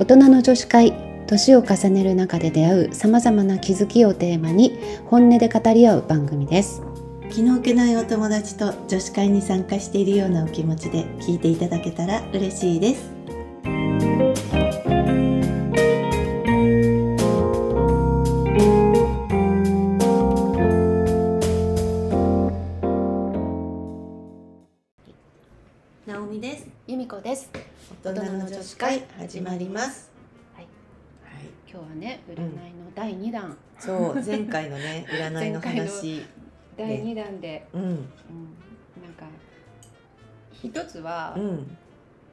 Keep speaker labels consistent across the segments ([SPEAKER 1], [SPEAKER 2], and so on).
[SPEAKER 1] 人の女子会年を重ねる中で出会うさまざまな気づきをテーマに本音で語り合う番組です
[SPEAKER 2] 気の置けないお友達と女子会に参加しているようなお気持ちで聞いていただけたら嬉しいですなおみです
[SPEAKER 1] 由美子です
[SPEAKER 2] 大人の女子会始まります
[SPEAKER 1] はい
[SPEAKER 2] はい
[SPEAKER 1] 今日はね占いの第2弾、
[SPEAKER 2] そう前回のね占い
[SPEAKER 1] 前
[SPEAKER 2] の
[SPEAKER 1] 回の
[SPEAKER 2] 話
[SPEAKER 1] 第2弾で、
[SPEAKER 2] うん
[SPEAKER 1] うん、なんか一つは、
[SPEAKER 2] うん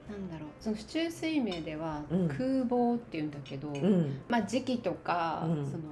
[SPEAKER 1] なんだろうその市中水明では
[SPEAKER 2] うん
[SPEAKER 1] 空房っていうんだけど、
[SPEAKER 2] うん
[SPEAKER 1] まあ時期とか、
[SPEAKER 2] うん
[SPEAKER 1] その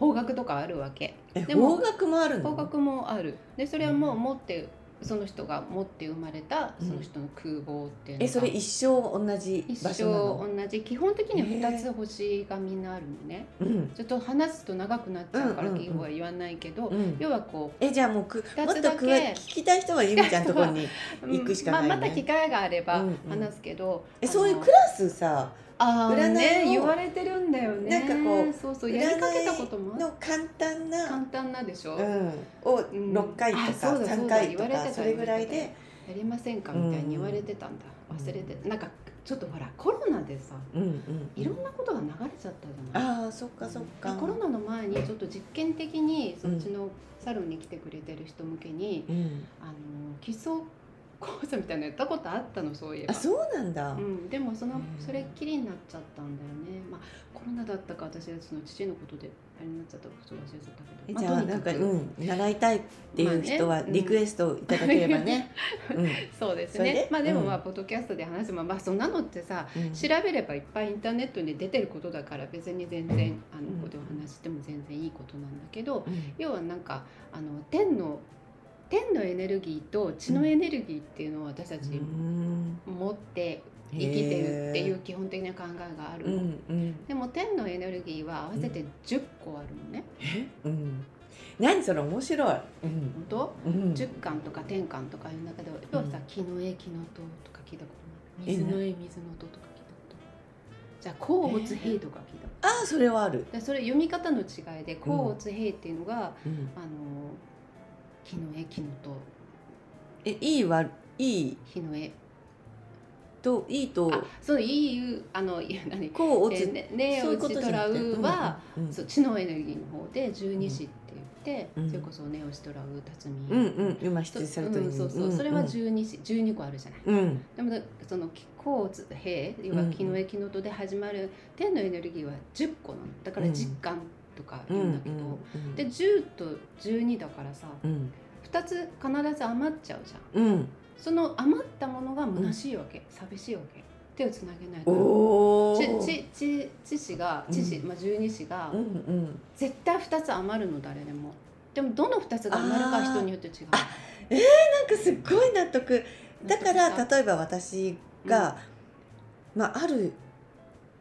[SPEAKER 1] 方角とかあるわけ
[SPEAKER 2] え
[SPEAKER 1] でも
[SPEAKER 2] 方角もあるの
[SPEAKER 1] 方角もあるでそれはもう持ってその人が持って生まれたその人の空房っていうのが、
[SPEAKER 2] えそれ一生同じ
[SPEAKER 1] 一
[SPEAKER 2] 場
[SPEAKER 1] 生
[SPEAKER 2] 所なの
[SPEAKER 1] 同じ基本的には
[SPEAKER 2] へえ
[SPEAKER 1] 2つ星がみんなあるのね
[SPEAKER 2] うん
[SPEAKER 1] ちょっと話すと長くなっちゃうから
[SPEAKER 2] うんうんうん
[SPEAKER 1] 基本は言わないけど、
[SPEAKER 2] うん
[SPEAKER 1] 要はこう
[SPEAKER 2] えじゃあもうくも
[SPEAKER 1] 二
[SPEAKER 2] っと
[SPEAKER 1] つだけ
[SPEAKER 2] くわ聞きたい人はゆみちゃんのところ に
[SPEAKER 1] うん
[SPEAKER 2] 行くしかないね
[SPEAKER 1] まあ、また機会があれば
[SPEAKER 2] うんうん
[SPEAKER 1] 話すけど、
[SPEAKER 2] えそういう
[SPEAKER 1] あの
[SPEAKER 2] クラスさ
[SPEAKER 1] あー
[SPEAKER 2] 占いの
[SPEAKER 1] ね言われてるんだよね
[SPEAKER 2] なんかこう
[SPEAKER 1] そうそう
[SPEAKER 2] 占い
[SPEAKER 1] やりかけたこともあ
[SPEAKER 2] の簡単な
[SPEAKER 1] 簡単なでしょ、
[SPEAKER 2] う
[SPEAKER 1] や
[SPEAKER 2] んを
[SPEAKER 1] ん
[SPEAKER 2] 6回と
[SPEAKER 1] あ
[SPEAKER 2] か
[SPEAKER 1] そうだ
[SPEAKER 2] 3回と
[SPEAKER 1] そうだ言われて
[SPEAKER 2] か
[SPEAKER 1] た
[SPEAKER 2] それぐらい
[SPEAKER 1] 言わ
[SPEAKER 2] で
[SPEAKER 1] れりませんかみたいに言われてたんだ、
[SPEAKER 2] うん
[SPEAKER 1] 忘れてなんかちょっとほらコロナでさ
[SPEAKER 2] うんうん
[SPEAKER 1] いろんなことが流れちゃったじゃない、
[SPEAKER 2] ああそっかそっか
[SPEAKER 1] コロナの前にちょっと実験的にそっちのサロンに来てくれてる人向けに、
[SPEAKER 2] うん
[SPEAKER 1] あの基礎講座みたいなのやったことあったのそういえば
[SPEAKER 2] あそうなんだ
[SPEAKER 1] うん、でもその
[SPEAKER 2] へえ
[SPEAKER 1] それっきりになっちゃったんだよね、まあ、コロナだったか私はその父のことであれになっちゃったこと忘れちゃったけ
[SPEAKER 2] え
[SPEAKER 1] ど、
[SPEAKER 2] じゃ
[SPEAKER 1] ま
[SPEAKER 2] あ
[SPEAKER 1] とに
[SPEAKER 2] なん
[SPEAKER 1] か
[SPEAKER 2] か
[SPEAKER 1] く
[SPEAKER 2] うん習いたいっていう人はリクエ
[SPEAKER 1] ス
[SPEAKER 2] ストいただけれ ばねうん
[SPEAKER 1] そうです
[SPEAKER 2] それ
[SPEAKER 1] ね
[SPEAKER 2] で
[SPEAKER 1] まあでもまあ、
[SPEAKER 2] うん
[SPEAKER 1] ポッドキャストで話してもまあそんなのってさ
[SPEAKER 2] うん
[SPEAKER 1] 調べればいっぱいインターネットに出てることだから別に全然あの
[SPEAKER 2] うん
[SPEAKER 1] ここでお話しても全然いいことなんだけど、
[SPEAKER 2] うん
[SPEAKER 1] 要はなんかあの天の天のエネルギーと地のエネルギーっていうのを私たち
[SPEAKER 2] うん
[SPEAKER 1] 持って生きてるっていう基本的な考えがある
[SPEAKER 2] う
[SPEAKER 1] の、
[SPEAKER 2] んうん
[SPEAKER 1] でも天のエネルギーは合わせて10個あるのね、
[SPEAKER 2] えうん何それ面白いうん
[SPEAKER 1] 本当
[SPEAKER 2] うん
[SPEAKER 1] 10巻とか10巻とかいう中で要はさ
[SPEAKER 2] うん
[SPEAKER 1] 「木の絵木の塔」とか聞いたことない
[SPEAKER 2] え
[SPEAKER 1] 水の絵水の塔」とか聞いたことないじゃあ「甲乙丙」とか聞いたこ
[SPEAKER 2] ああそれはある
[SPEAKER 1] とでそれ読み方の違いで「甲乙丙」っていうのが、
[SPEAKER 2] うん
[SPEAKER 1] あの木の絵木の塔
[SPEAKER 2] えいいわいい
[SPEAKER 1] 木の絵
[SPEAKER 2] といいと
[SPEAKER 1] あそういいうあのいや何
[SPEAKER 2] こう
[SPEAKER 1] え
[SPEAKER 2] 落ち
[SPEAKER 1] ーねね
[SPEAKER 2] そういうこ
[SPEAKER 1] ち
[SPEAKER 2] と
[SPEAKER 1] と
[SPEAKER 2] じゃな
[SPEAKER 1] ら
[SPEAKER 2] くて
[SPEAKER 1] うは、
[SPEAKER 2] うん
[SPEAKER 1] そう知のエネルギーの方で十二支って言って、
[SPEAKER 2] うん
[SPEAKER 1] それこそネオシトラウ辰巳、
[SPEAKER 2] うんうん今
[SPEAKER 1] そ
[SPEAKER 2] 出
[SPEAKER 1] う
[SPEAKER 2] 演されてる
[SPEAKER 1] うんそうそう、それは十二支十二個あるじゃない。
[SPEAKER 2] うん
[SPEAKER 1] でもだその気候図平要は
[SPEAKER 2] うんうん
[SPEAKER 1] 気の液のとで始まる天のエネルギーは十個なの。だから
[SPEAKER 2] うん
[SPEAKER 1] 実感とか
[SPEAKER 2] う
[SPEAKER 1] 言
[SPEAKER 2] ん
[SPEAKER 1] うんだけど、
[SPEAKER 2] うん
[SPEAKER 1] で十と十二だからさ、
[SPEAKER 2] うん
[SPEAKER 1] 二つ必ず余っちゃうじゃん。
[SPEAKER 2] うん
[SPEAKER 1] その余ったものが虚しいわけ、寂しいわけ。手をつなげないから。
[SPEAKER 2] おお
[SPEAKER 1] ちちち知子が知子、
[SPEAKER 2] う
[SPEAKER 1] まあ、十二子が、
[SPEAKER 2] うんうん
[SPEAKER 1] 絶対2つ余るの誰でもでもどの2つが余るかは人によって違う
[SPEAKER 2] あなんかすっごい納得だから例えば私が、まあある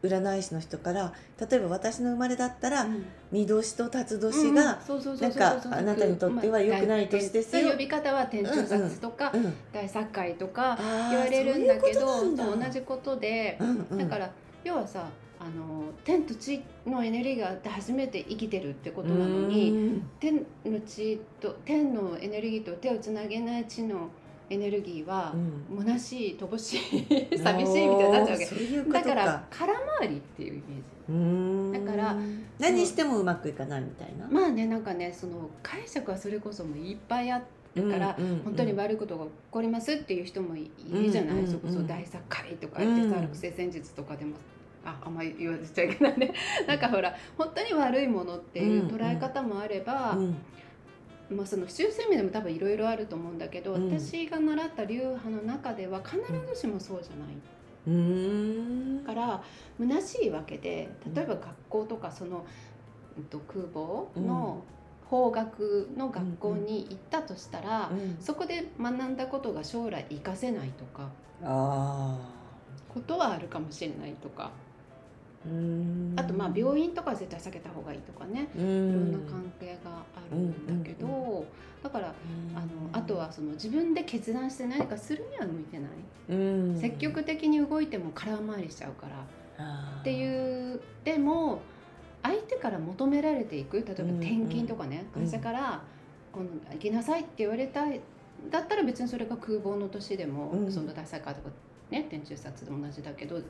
[SPEAKER 2] 占い師の人から例えば私の生まれだったら二年と辰年が、
[SPEAKER 1] な
[SPEAKER 2] なんかあなたにとっては良くない年ですよ
[SPEAKER 1] 呼び方は天中殺とか
[SPEAKER 2] うん、
[SPEAKER 1] 大殺界とか
[SPEAKER 2] あー
[SPEAKER 1] 言われるんだけど
[SPEAKER 2] そういうこと
[SPEAKER 1] そ
[SPEAKER 2] な
[SPEAKER 1] うん同じことで
[SPEAKER 2] うんうん、
[SPEAKER 1] だから要はさあの天と地のエネルギーがあって初めて生きてるってことなのに
[SPEAKER 2] うん
[SPEAKER 1] 天の地と天のエネルギーと手をつなげない地のエネルギーは
[SPEAKER 2] うん
[SPEAKER 1] 虚しい乏し い寂しいみたいになっちゃうわけ
[SPEAKER 2] おーそういうこと
[SPEAKER 1] だ
[SPEAKER 2] か
[SPEAKER 1] から空回りっていうイメージ
[SPEAKER 2] うーん
[SPEAKER 1] だから
[SPEAKER 2] 何してもうまくいかないみたいな、
[SPEAKER 1] まあねなんかねその解釈はそれこそもういっぱいあってから
[SPEAKER 2] うんうんうん
[SPEAKER 1] 本当に悪いことが起こりますっていう人もいるじゃない、
[SPEAKER 2] うんうんうん
[SPEAKER 1] それこそ大作会とか言ってさ、
[SPEAKER 2] うん
[SPEAKER 1] 六星戦術とかでもああんまり言われちゃいけないねなんかほら本当に悪いものっていう捉え方もあれば、
[SPEAKER 2] うん
[SPEAKER 1] まあ、その市中生命でも多分いろいろあると思うんだけど、
[SPEAKER 2] うん
[SPEAKER 1] 私が習った流派の中では必ずしもそうじゃない、
[SPEAKER 2] うーん
[SPEAKER 1] から虚しいわけで
[SPEAKER 2] うん
[SPEAKER 1] 例えば学校とかその、うん、と空母の方角の学校に行ったとしたら、
[SPEAKER 2] うん
[SPEAKER 1] そこで学んだことが将来活かせないとか
[SPEAKER 2] あ
[SPEAKER 1] ことはあるかもしれないとか
[SPEAKER 2] ーうーん
[SPEAKER 1] あとまあ病院とかは絶対避けた方がいいとかね、いろんな
[SPEAKER 2] うん
[SPEAKER 1] 関係があるんだけど、
[SPEAKER 2] うん
[SPEAKER 1] だからあのあとはその自分で決断して何かするには向いてない、
[SPEAKER 2] うん
[SPEAKER 1] 積極的に動いても空回りしちゃうからっていうでも相手から求められていく例えば
[SPEAKER 2] うんうん
[SPEAKER 1] 転勤とかね、会社から、この行きなさいって言われたいだったら別にそれが空房の年でも、
[SPEAKER 2] うん
[SPEAKER 1] その大阪とかね天中殺でも同じだけど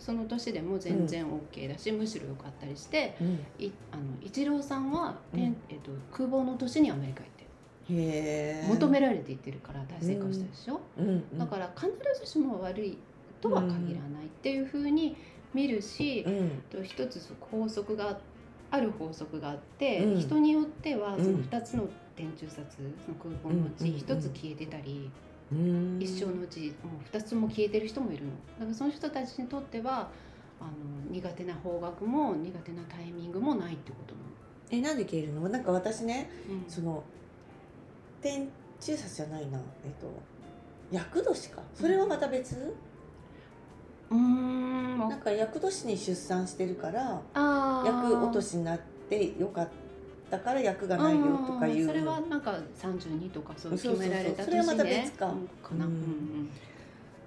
[SPEAKER 1] その年でも全然 OK だし、むしろ良かったりして
[SPEAKER 2] うん
[SPEAKER 1] いあの一郎さんは、
[SPEAKER 2] うん
[SPEAKER 1] 天えっと空房の年にアメリカ行ってる
[SPEAKER 2] へえ
[SPEAKER 1] 求められていってるから大成功したでしょ、
[SPEAKER 2] うんうん
[SPEAKER 1] だから必ずしも悪いとは限らないっていうふうに見るし、
[SPEAKER 2] うん
[SPEAKER 1] と一つ法則がある法則があって、
[SPEAKER 2] うん
[SPEAKER 1] 人によっては
[SPEAKER 2] うん
[SPEAKER 1] その2つの天中札の空港のうち
[SPEAKER 2] うんうんうん
[SPEAKER 1] 1つ消えてたり、
[SPEAKER 2] うん
[SPEAKER 1] 一生のうちもう2つも消えてる人もいるのだからその人たちにとってはあの苦手な方角も苦手なタイミングもないってことな
[SPEAKER 2] えなんで消えるのなんか私ね
[SPEAKER 1] の、
[SPEAKER 2] その天中殺じゃないなえっと厄年かそれはまた別、
[SPEAKER 1] うんうーん
[SPEAKER 2] なんか厄年に出産してるから
[SPEAKER 1] あー
[SPEAKER 2] 厄落としになってよかったから厄がないよとかい
[SPEAKER 1] あー
[SPEAKER 2] う
[SPEAKER 1] それはなんか32とかそう
[SPEAKER 2] そうそ
[SPEAKER 1] 決め
[SPEAKER 2] うそう
[SPEAKER 1] られた
[SPEAKER 2] それはまた
[SPEAKER 1] 年ね
[SPEAKER 2] 別か
[SPEAKER 1] うんかな、
[SPEAKER 2] う
[SPEAKER 1] うんんうん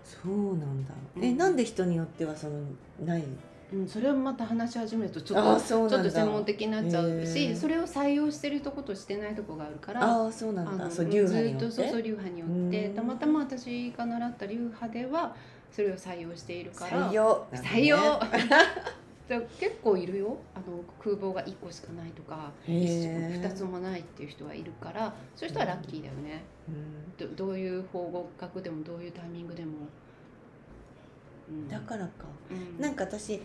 [SPEAKER 2] そうなんだ
[SPEAKER 1] うん
[SPEAKER 2] えなんで人によってはそのない
[SPEAKER 1] うん、それをまた話し始めるとちょっ
[SPEAKER 2] あ
[SPEAKER 1] と
[SPEAKER 2] あそう
[SPEAKER 1] ちょ
[SPEAKER 2] な
[SPEAKER 1] っ
[SPEAKER 2] んだ
[SPEAKER 1] と専門的になっちゃう
[SPEAKER 2] へ
[SPEAKER 1] し
[SPEAKER 2] ー
[SPEAKER 1] それを採用してるとことしてないとこがあるから
[SPEAKER 2] ああそうな
[SPEAKER 1] あ
[SPEAKER 2] んだ
[SPEAKER 1] の
[SPEAKER 2] そう
[SPEAKER 1] ず
[SPEAKER 2] 流派に
[SPEAKER 1] ーっ
[SPEAKER 2] よっ
[SPEAKER 1] てとそうそう流派によって
[SPEAKER 2] うん
[SPEAKER 1] たまたま私が習った流派ではそれを採用しているから
[SPEAKER 2] 採用なんだね
[SPEAKER 1] 採用 で結構いるよあの空房が1個しかないとか
[SPEAKER 2] へー
[SPEAKER 1] 2つもないっていう人はいるからそういう人はラッキーだよね
[SPEAKER 2] うん
[SPEAKER 1] どどういう方角でもどういうタイミングでも。うん
[SPEAKER 2] だからか
[SPEAKER 1] うん
[SPEAKER 2] なんか私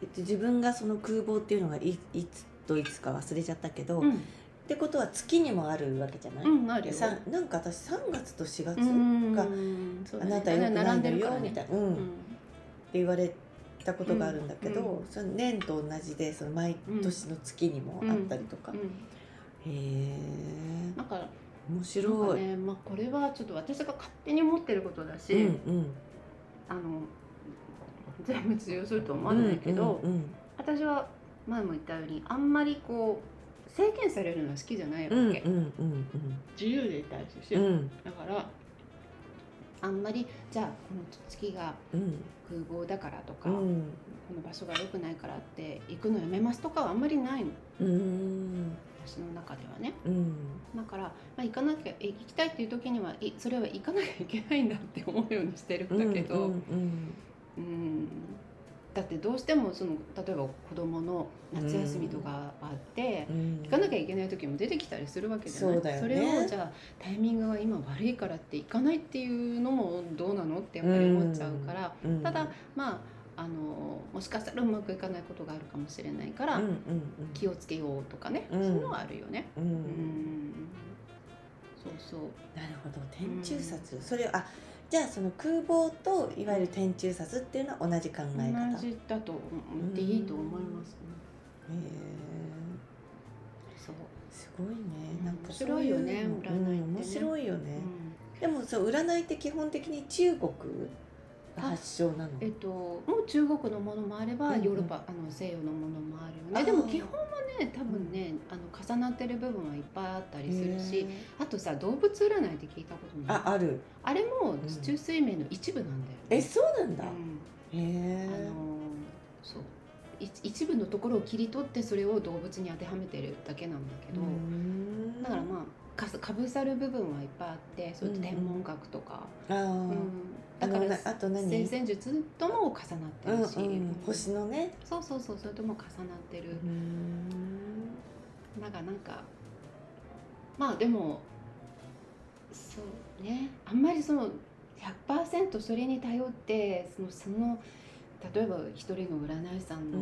[SPEAKER 2] えっと自分がその空房っていうのがいいつといつか忘れちゃったけど、
[SPEAKER 1] う
[SPEAKER 2] っ
[SPEAKER 1] ん、
[SPEAKER 2] てことは月にもあるわけじゃない、
[SPEAKER 1] うん、あるよ。
[SPEAKER 2] さなんか私3月と4月、が
[SPEAKER 1] うんそう
[SPEAKER 2] あ
[SPEAKER 1] だね
[SPEAKER 2] なたよくないんだ
[SPEAKER 1] 並んでるか
[SPEAKER 2] よ
[SPEAKER 1] ら、ね
[SPEAKER 2] みたいな、うん
[SPEAKER 1] う
[SPEAKER 2] って
[SPEAKER 1] ん
[SPEAKER 2] 言われたことがあるんだけど、
[SPEAKER 1] うん
[SPEAKER 2] その年と同じでその毎年の月にもあったりとか、
[SPEAKER 1] うん、
[SPEAKER 2] へえ
[SPEAKER 1] なんか
[SPEAKER 2] 面
[SPEAKER 1] なんか
[SPEAKER 2] 白い、
[SPEAKER 1] ね、まあ、これはちょっと私が勝手に思ってることだし、
[SPEAKER 2] うんうん
[SPEAKER 1] あの全部通用するとは思わないけど、
[SPEAKER 2] うんうん
[SPEAKER 1] 私は前も言ったようにあんまりこう制限されるのは好きじゃないわけ、
[SPEAKER 2] うんうんうん
[SPEAKER 1] 自由でいたいし、
[SPEAKER 2] うんうん
[SPEAKER 1] だからあんまりじゃあこの月が
[SPEAKER 2] うん
[SPEAKER 1] 空港だからとか、
[SPEAKER 2] う
[SPEAKER 1] こ
[SPEAKER 2] ん
[SPEAKER 1] の場所が良くないからって行くのやめますとかはあんまりないの
[SPEAKER 2] うん
[SPEAKER 1] 私の中ではね。
[SPEAKER 2] うん
[SPEAKER 1] だから、まあ、行かなきゃ行きたいっていう時にはいそれは行かなきゃいけないんだって思うようにしてるんだけど、うん
[SPEAKER 2] うんうん
[SPEAKER 1] だってどうしてもその例えば子供の夏休みとかあって、
[SPEAKER 2] うん
[SPEAKER 1] 行かなきゃいけない時も出てきたりするわけじゃない
[SPEAKER 2] そうだよね
[SPEAKER 1] れをじゃあタイミングが今悪いからって行かないっていうのもどうなのってやっぱり思っちゃうから、
[SPEAKER 2] うん
[SPEAKER 1] ただまああのもしかしたらうまくいかないことがあるかもしれないから、
[SPEAKER 2] うんうん
[SPEAKER 1] 気をつけようとかね、
[SPEAKER 2] うん
[SPEAKER 1] そういうのはあるよね。
[SPEAKER 2] うんう
[SPEAKER 1] うんんそうそう。
[SPEAKER 2] なるほど天中札、それあじゃあその空房といわゆる天中札っていうのは同じ考
[SPEAKER 1] 同
[SPEAKER 2] え方へ
[SPEAKER 1] じだと言っていいと思います、ね。
[SPEAKER 2] え
[SPEAKER 1] そう。
[SPEAKER 2] すごいね
[SPEAKER 1] うん
[SPEAKER 2] なんか
[SPEAKER 1] 面
[SPEAKER 2] そ
[SPEAKER 1] 白
[SPEAKER 2] う
[SPEAKER 1] い
[SPEAKER 2] い
[SPEAKER 1] よ
[SPEAKER 2] う
[SPEAKER 1] ね
[SPEAKER 2] の
[SPEAKER 1] 占いってね
[SPEAKER 2] うん面白いよね、
[SPEAKER 1] うん
[SPEAKER 2] でもそう占いって基本的に中国が発祥なの
[SPEAKER 1] えっともう中国のものもあれば、
[SPEAKER 2] うんうん
[SPEAKER 1] ヨーロッパあの西洋のものもあるよ
[SPEAKER 2] あー
[SPEAKER 1] ね。でも基本はね多分ね、あの重なってる部分はいっぱいあったりする
[SPEAKER 2] へ
[SPEAKER 1] し、
[SPEAKER 2] え
[SPEAKER 1] あとさ動物占いって聞いたことない。
[SPEAKER 2] あある
[SPEAKER 1] あれも
[SPEAKER 2] ん
[SPEAKER 1] 地中水面の一部なんだよ、ね。
[SPEAKER 2] えそうなんだ、
[SPEAKER 1] うん
[SPEAKER 2] へ
[SPEAKER 1] あの
[SPEAKER 2] え
[SPEAKER 1] そう。い一部のところを切り取ってそれを動物に当てはめてるだけなんだけど、だからまあかすかぶさる部分はいっぱいあってそうやって天文学とか、
[SPEAKER 2] ああ
[SPEAKER 1] うん
[SPEAKER 2] ー
[SPEAKER 1] だ
[SPEAKER 2] あ
[SPEAKER 1] か
[SPEAKER 2] のな
[SPEAKER 1] ら
[SPEAKER 2] あと何
[SPEAKER 1] 先戦術とも重なってるし、
[SPEAKER 2] うんうん
[SPEAKER 1] うん
[SPEAKER 2] 星のね、
[SPEAKER 1] そうそうそうそれとも重なってる、なんかなんかまあでもそうねあんまりその100%それに頼ってそのその例えば一人の占い師さんの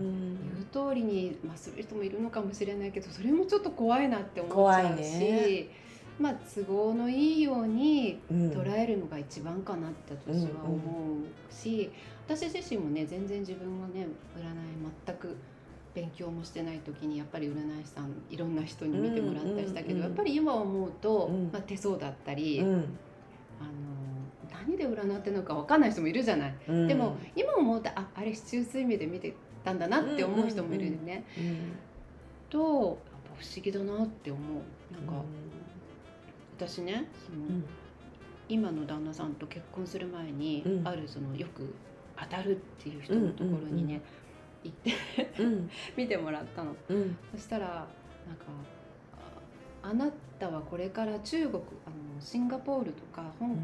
[SPEAKER 1] 言う通りに、まあ、する人もいるのかもしれないけどそれもちょっと怖いなって思っちゃうし、
[SPEAKER 2] 怖いね
[SPEAKER 1] まあ都合のいいように
[SPEAKER 2] うん
[SPEAKER 1] 捉えるのが一番かなって私は思うし、私自身もね全然自分はね占い全く勉強もしてない時にやっぱり占い師さんいろんな人に見てもらったりしたけど、
[SPEAKER 2] うんうんう
[SPEAKER 1] や
[SPEAKER 2] ん
[SPEAKER 1] っぱり今思うと、
[SPEAKER 2] うん
[SPEAKER 1] まあ、手相だったり、
[SPEAKER 2] うん
[SPEAKER 1] あの何で占ってるのか分かんない人もいるじゃない。
[SPEAKER 2] うん
[SPEAKER 1] でも今思うとああれ市中水面で見てたんだなって思う人もいるよね、
[SPEAKER 2] うん
[SPEAKER 1] とやっぱ不思議だなって思うなんか、私ねその、
[SPEAKER 2] うん
[SPEAKER 1] 今の旦那さんと結婚する前に、
[SPEAKER 2] うん
[SPEAKER 1] あるそのよく当たるっていう人のところにね、行って
[SPEAKER 2] うん
[SPEAKER 1] 見てもらったの
[SPEAKER 2] うん
[SPEAKER 1] そしたらなんかああなたはこれから中国あのシンガポールとか香港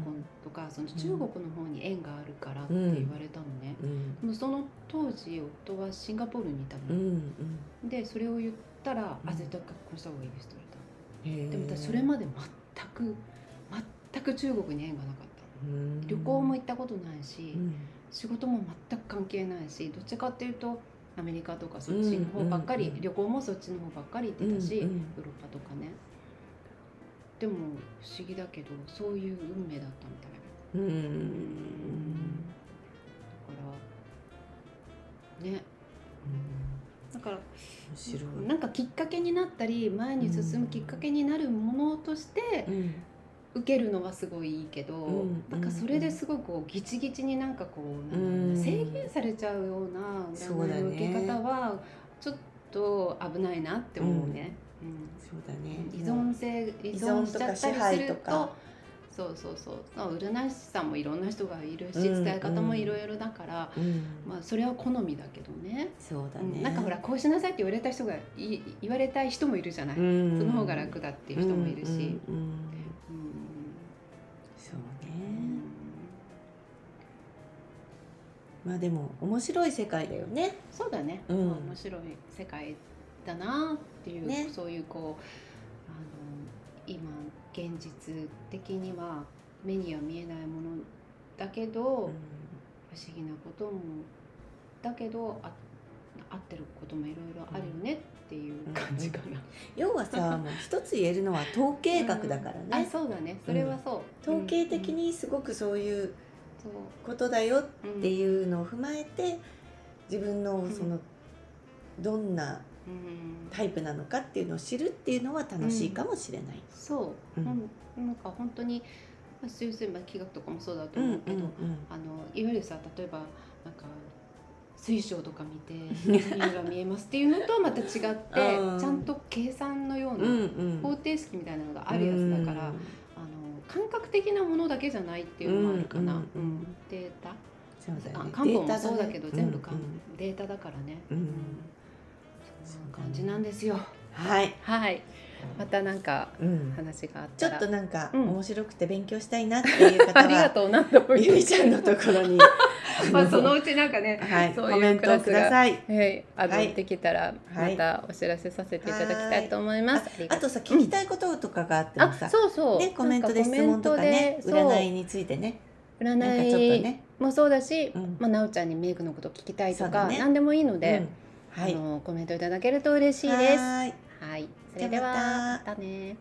[SPEAKER 1] とか、その中国の方に縁があるからって言われたのね、
[SPEAKER 2] うん
[SPEAKER 1] でもその当時夫はシンガポールにいた
[SPEAKER 2] うんう
[SPEAKER 1] の、
[SPEAKER 2] ん
[SPEAKER 1] でそれを言ったら「
[SPEAKER 2] うん
[SPEAKER 1] あ絶対結婚した方がいいです」と言われたの
[SPEAKER 2] へー
[SPEAKER 1] でも私それまで全く全く中国に縁がなかったの
[SPEAKER 2] うん
[SPEAKER 1] 旅行も行ったことないし、
[SPEAKER 2] うん
[SPEAKER 1] 仕事も全く関係ないしどっちかっていうとアメリカとかそっちの方ばっかり、
[SPEAKER 2] うんうんうん
[SPEAKER 1] 旅行もそっちの方ばっかり行ってたし、
[SPEAKER 2] うんうん
[SPEAKER 1] ヨーロッパとかねでも不思議だけどそういう運命だったみたいな
[SPEAKER 2] うん
[SPEAKER 1] だからねだから
[SPEAKER 2] 面白い
[SPEAKER 1] なんかきっかけになったり前に進むきっかけになるものとして
[SPEAKER 2] うん
[SPEAKER 1] 受けるのはすごいいいけど、
[SPEAKER 2] うん
[SPEAKER 1] なんかそれですごくこうギチギチになんかこう、なんだろうな
[SPEAKER 2] うん
[SPEAKER 1] 制限されちゃうような
[SPEAKER 2] そうだね
[SPEAKER 1] 占いの受け方はちょっと危ないなって思うね。うん
[SPEAKER 2] そうだね
[SPEAKER 1] 依存性依存しちゃった
[SPEAKER 2] 依
[SPEAKER 1] り
[SPEAKER 2] 存とか支配
[SPEAKER 1] す
[SPEAKER 2] と
[SPEAKER 1] る
[SPEAKER 2] か
[SPEAKER 1] とそうそうそうまあ占い師さんもいろんな人がいるし、
[SPEAKER 2] うん
[SPEAKER 1] 伝え方もいろいろだから、
[SPEAKER 2] うん
[SPEAKER 1] まあ、それは好みだけどね
[SPEAKER 2] そうだ
[SPEAKER 1] う
[SPEAKER 2] ね
[SPEAKER 1] んなんかほらこうしなさいって言われた人がい言われたい人もいるじゃない、
[SPEAKER 2] うん
[SPEAKER 1] その方が楽だっていう人もいるし。
[SPEAKER 2] うんうんうん
[SPEAKER 1] うん
[SPEAKER 2] そうねまあでも面白い世界だよね
[SPEAKER 1] そうだね、
[SPEAKER 2] うん
[SPEAKER 1] まあ面白い世界だなっていう、
[SPEAKER 2] ね
[SPEAKER 1] そういうこうあの今現実的には目には見えないものだけど、不
[SPEAKER 2] う
[SPEAKER 1] 思
[SPEAKER 2] ん
[SPEAKER 1] 議なこともだけどあ合ってることもいろいろあるよねっていう感じかな。
[SPEAKER 2] 要はさもう一つ言えるのは統計学だから
[SPEAKER 1] あ
[SPEAKER 2] ね
[SPEAKER 1] そうだねそれはそう。
[SPEAKER 2] 統計的
[SPEAKER 1] うん、
[SPEAKER 2] にすごくそういう
[SPEAKER 1] そう
[SPEAKER 2] ことだよっ
[SPEAKER 1] うん
[SPEAKER 2] ていうのを踏まえて自分の
[SPEAKER 1] ん
[SPEAKER 2] そのどんな
[SPEAKER 1] うん
[SPEAKER 2] タイプなのかっていうのを知るっていうのは楽しいかもしれない。
[SPEAKER 1] そう、
[SPEAKER 2] うん
[SPEAKER 1] うんなんか本当にまあ先生まあ気学とかもそうだと思うけど、あのいわゆるさ例えばなんか水晶とか見て何が見えますっていうのとはまた違ってち
[SPEAKER 2] うん
[SPEAKER 1] ゃんと計算のような方
[SPEAKER 2] ん
[SPEAKER 1] 程式みたいなのがあるやつだから、
[SPEAKER 2] う
[SPEAKER 1] あの
[SPEAKER 2] ん
[SPEAKER 1] 感覚的なものだけじゃないっていうのもあるかな、
[SPEAKER 2] う
[SPEAKER 1] うんん
[SPEAKER 2] うん
[SPEAKER 1] データ
[SPEAKER 2] そうだよ
[SPEAKER 1] あ
[SPEAKER 2] ね
[SPEAKER 1] 漢方もそうだけど、
[SPEAKER 2] データがね
[SPEAKER 1] 全部か、
[SPEAKER 2] うん
[SPEAKER 1] データだからね、
[SPEAKER 2] うん
[SPEAKER 1] そんな感じなんですよ
[SPEAKER 2] はい、
[SPEAKER 1] はいまたなんか
[SPEAKER 2] うん、
[SPEAKER 1] 話があっ
[SPEAKER 2] ちょ
[SPEAKER 1] たら
[SPEAKER 2] っとなんか
[SPEAKER 1] うん
[SPEAKER 2] 面白くて勉強したいなっていう方
[SPEAKER 1] ありが
[SPEAKER 2] は、
[SPEAKER 1] とう何度 も
[SPEAKER 2] ゆ
[SPEAKER 1] 言
[SPEAKER 2] み
[SPEAKER 1] う
[SPEAKER 2] ちゃんのところに
[SPEAKER 1] まあそのうちなんかね
[SPEAKER 2] はい
[SPEAKER 1] そういう
[SPEAKER 2] コメントをください。
[SPEAKER 1] はい、あの、
[SPEAKER 2] はい
[SPEAKER 1] できたら
[SPEAKER 2] は
[SPEAKER 1] ま
[SPEAKER 2] い
[SPEAKER 1] たお知らせさせていただきたいと思います。ありが
[SPEAKER 2] あ
[SPEAKER 1] とう
[SPEAKER 2] とさ聞きたいこととかがあっても
[SPEAKER 1] あ、
[SPEAKER 2] さ、
[SPEAKER 1] そうそう。
[SPEAKER 2] ねコメントで質問とかね
[SPEAKER 1] なんコメント
[SPEAKER 2] 占い
[SPEAKER 1] で
[SPEAKER 2] についてね
[SPEAKER 1] そう占い
[SPEAKER 2] なんかちょっとね、
[SPEAKER 1] もそうだし、
[SPEAKER 2] うん
[SPEAKER 1] まあなおちゃんにメイクのこと聞きたい
[SPEAKER 2] そ
[SPEAKER 1] と
[SPEAKER 2] うだ
[SPEAKER 1] か、
[SPEAKER 2] ね
[SPEAKER 1] 何でもいいので、
[SPEAKER 2] うんはい
[SPEAKER 1] あのコメントいただけると嬉しいです。
[SPEAKER 2] はーい
[SPEAKER 1] はい、それでは
[SPEAKER 2] じゃあま
[SPEAKER 1] ま
[SPEAKER 2] た
[SPEAKER 1] たね。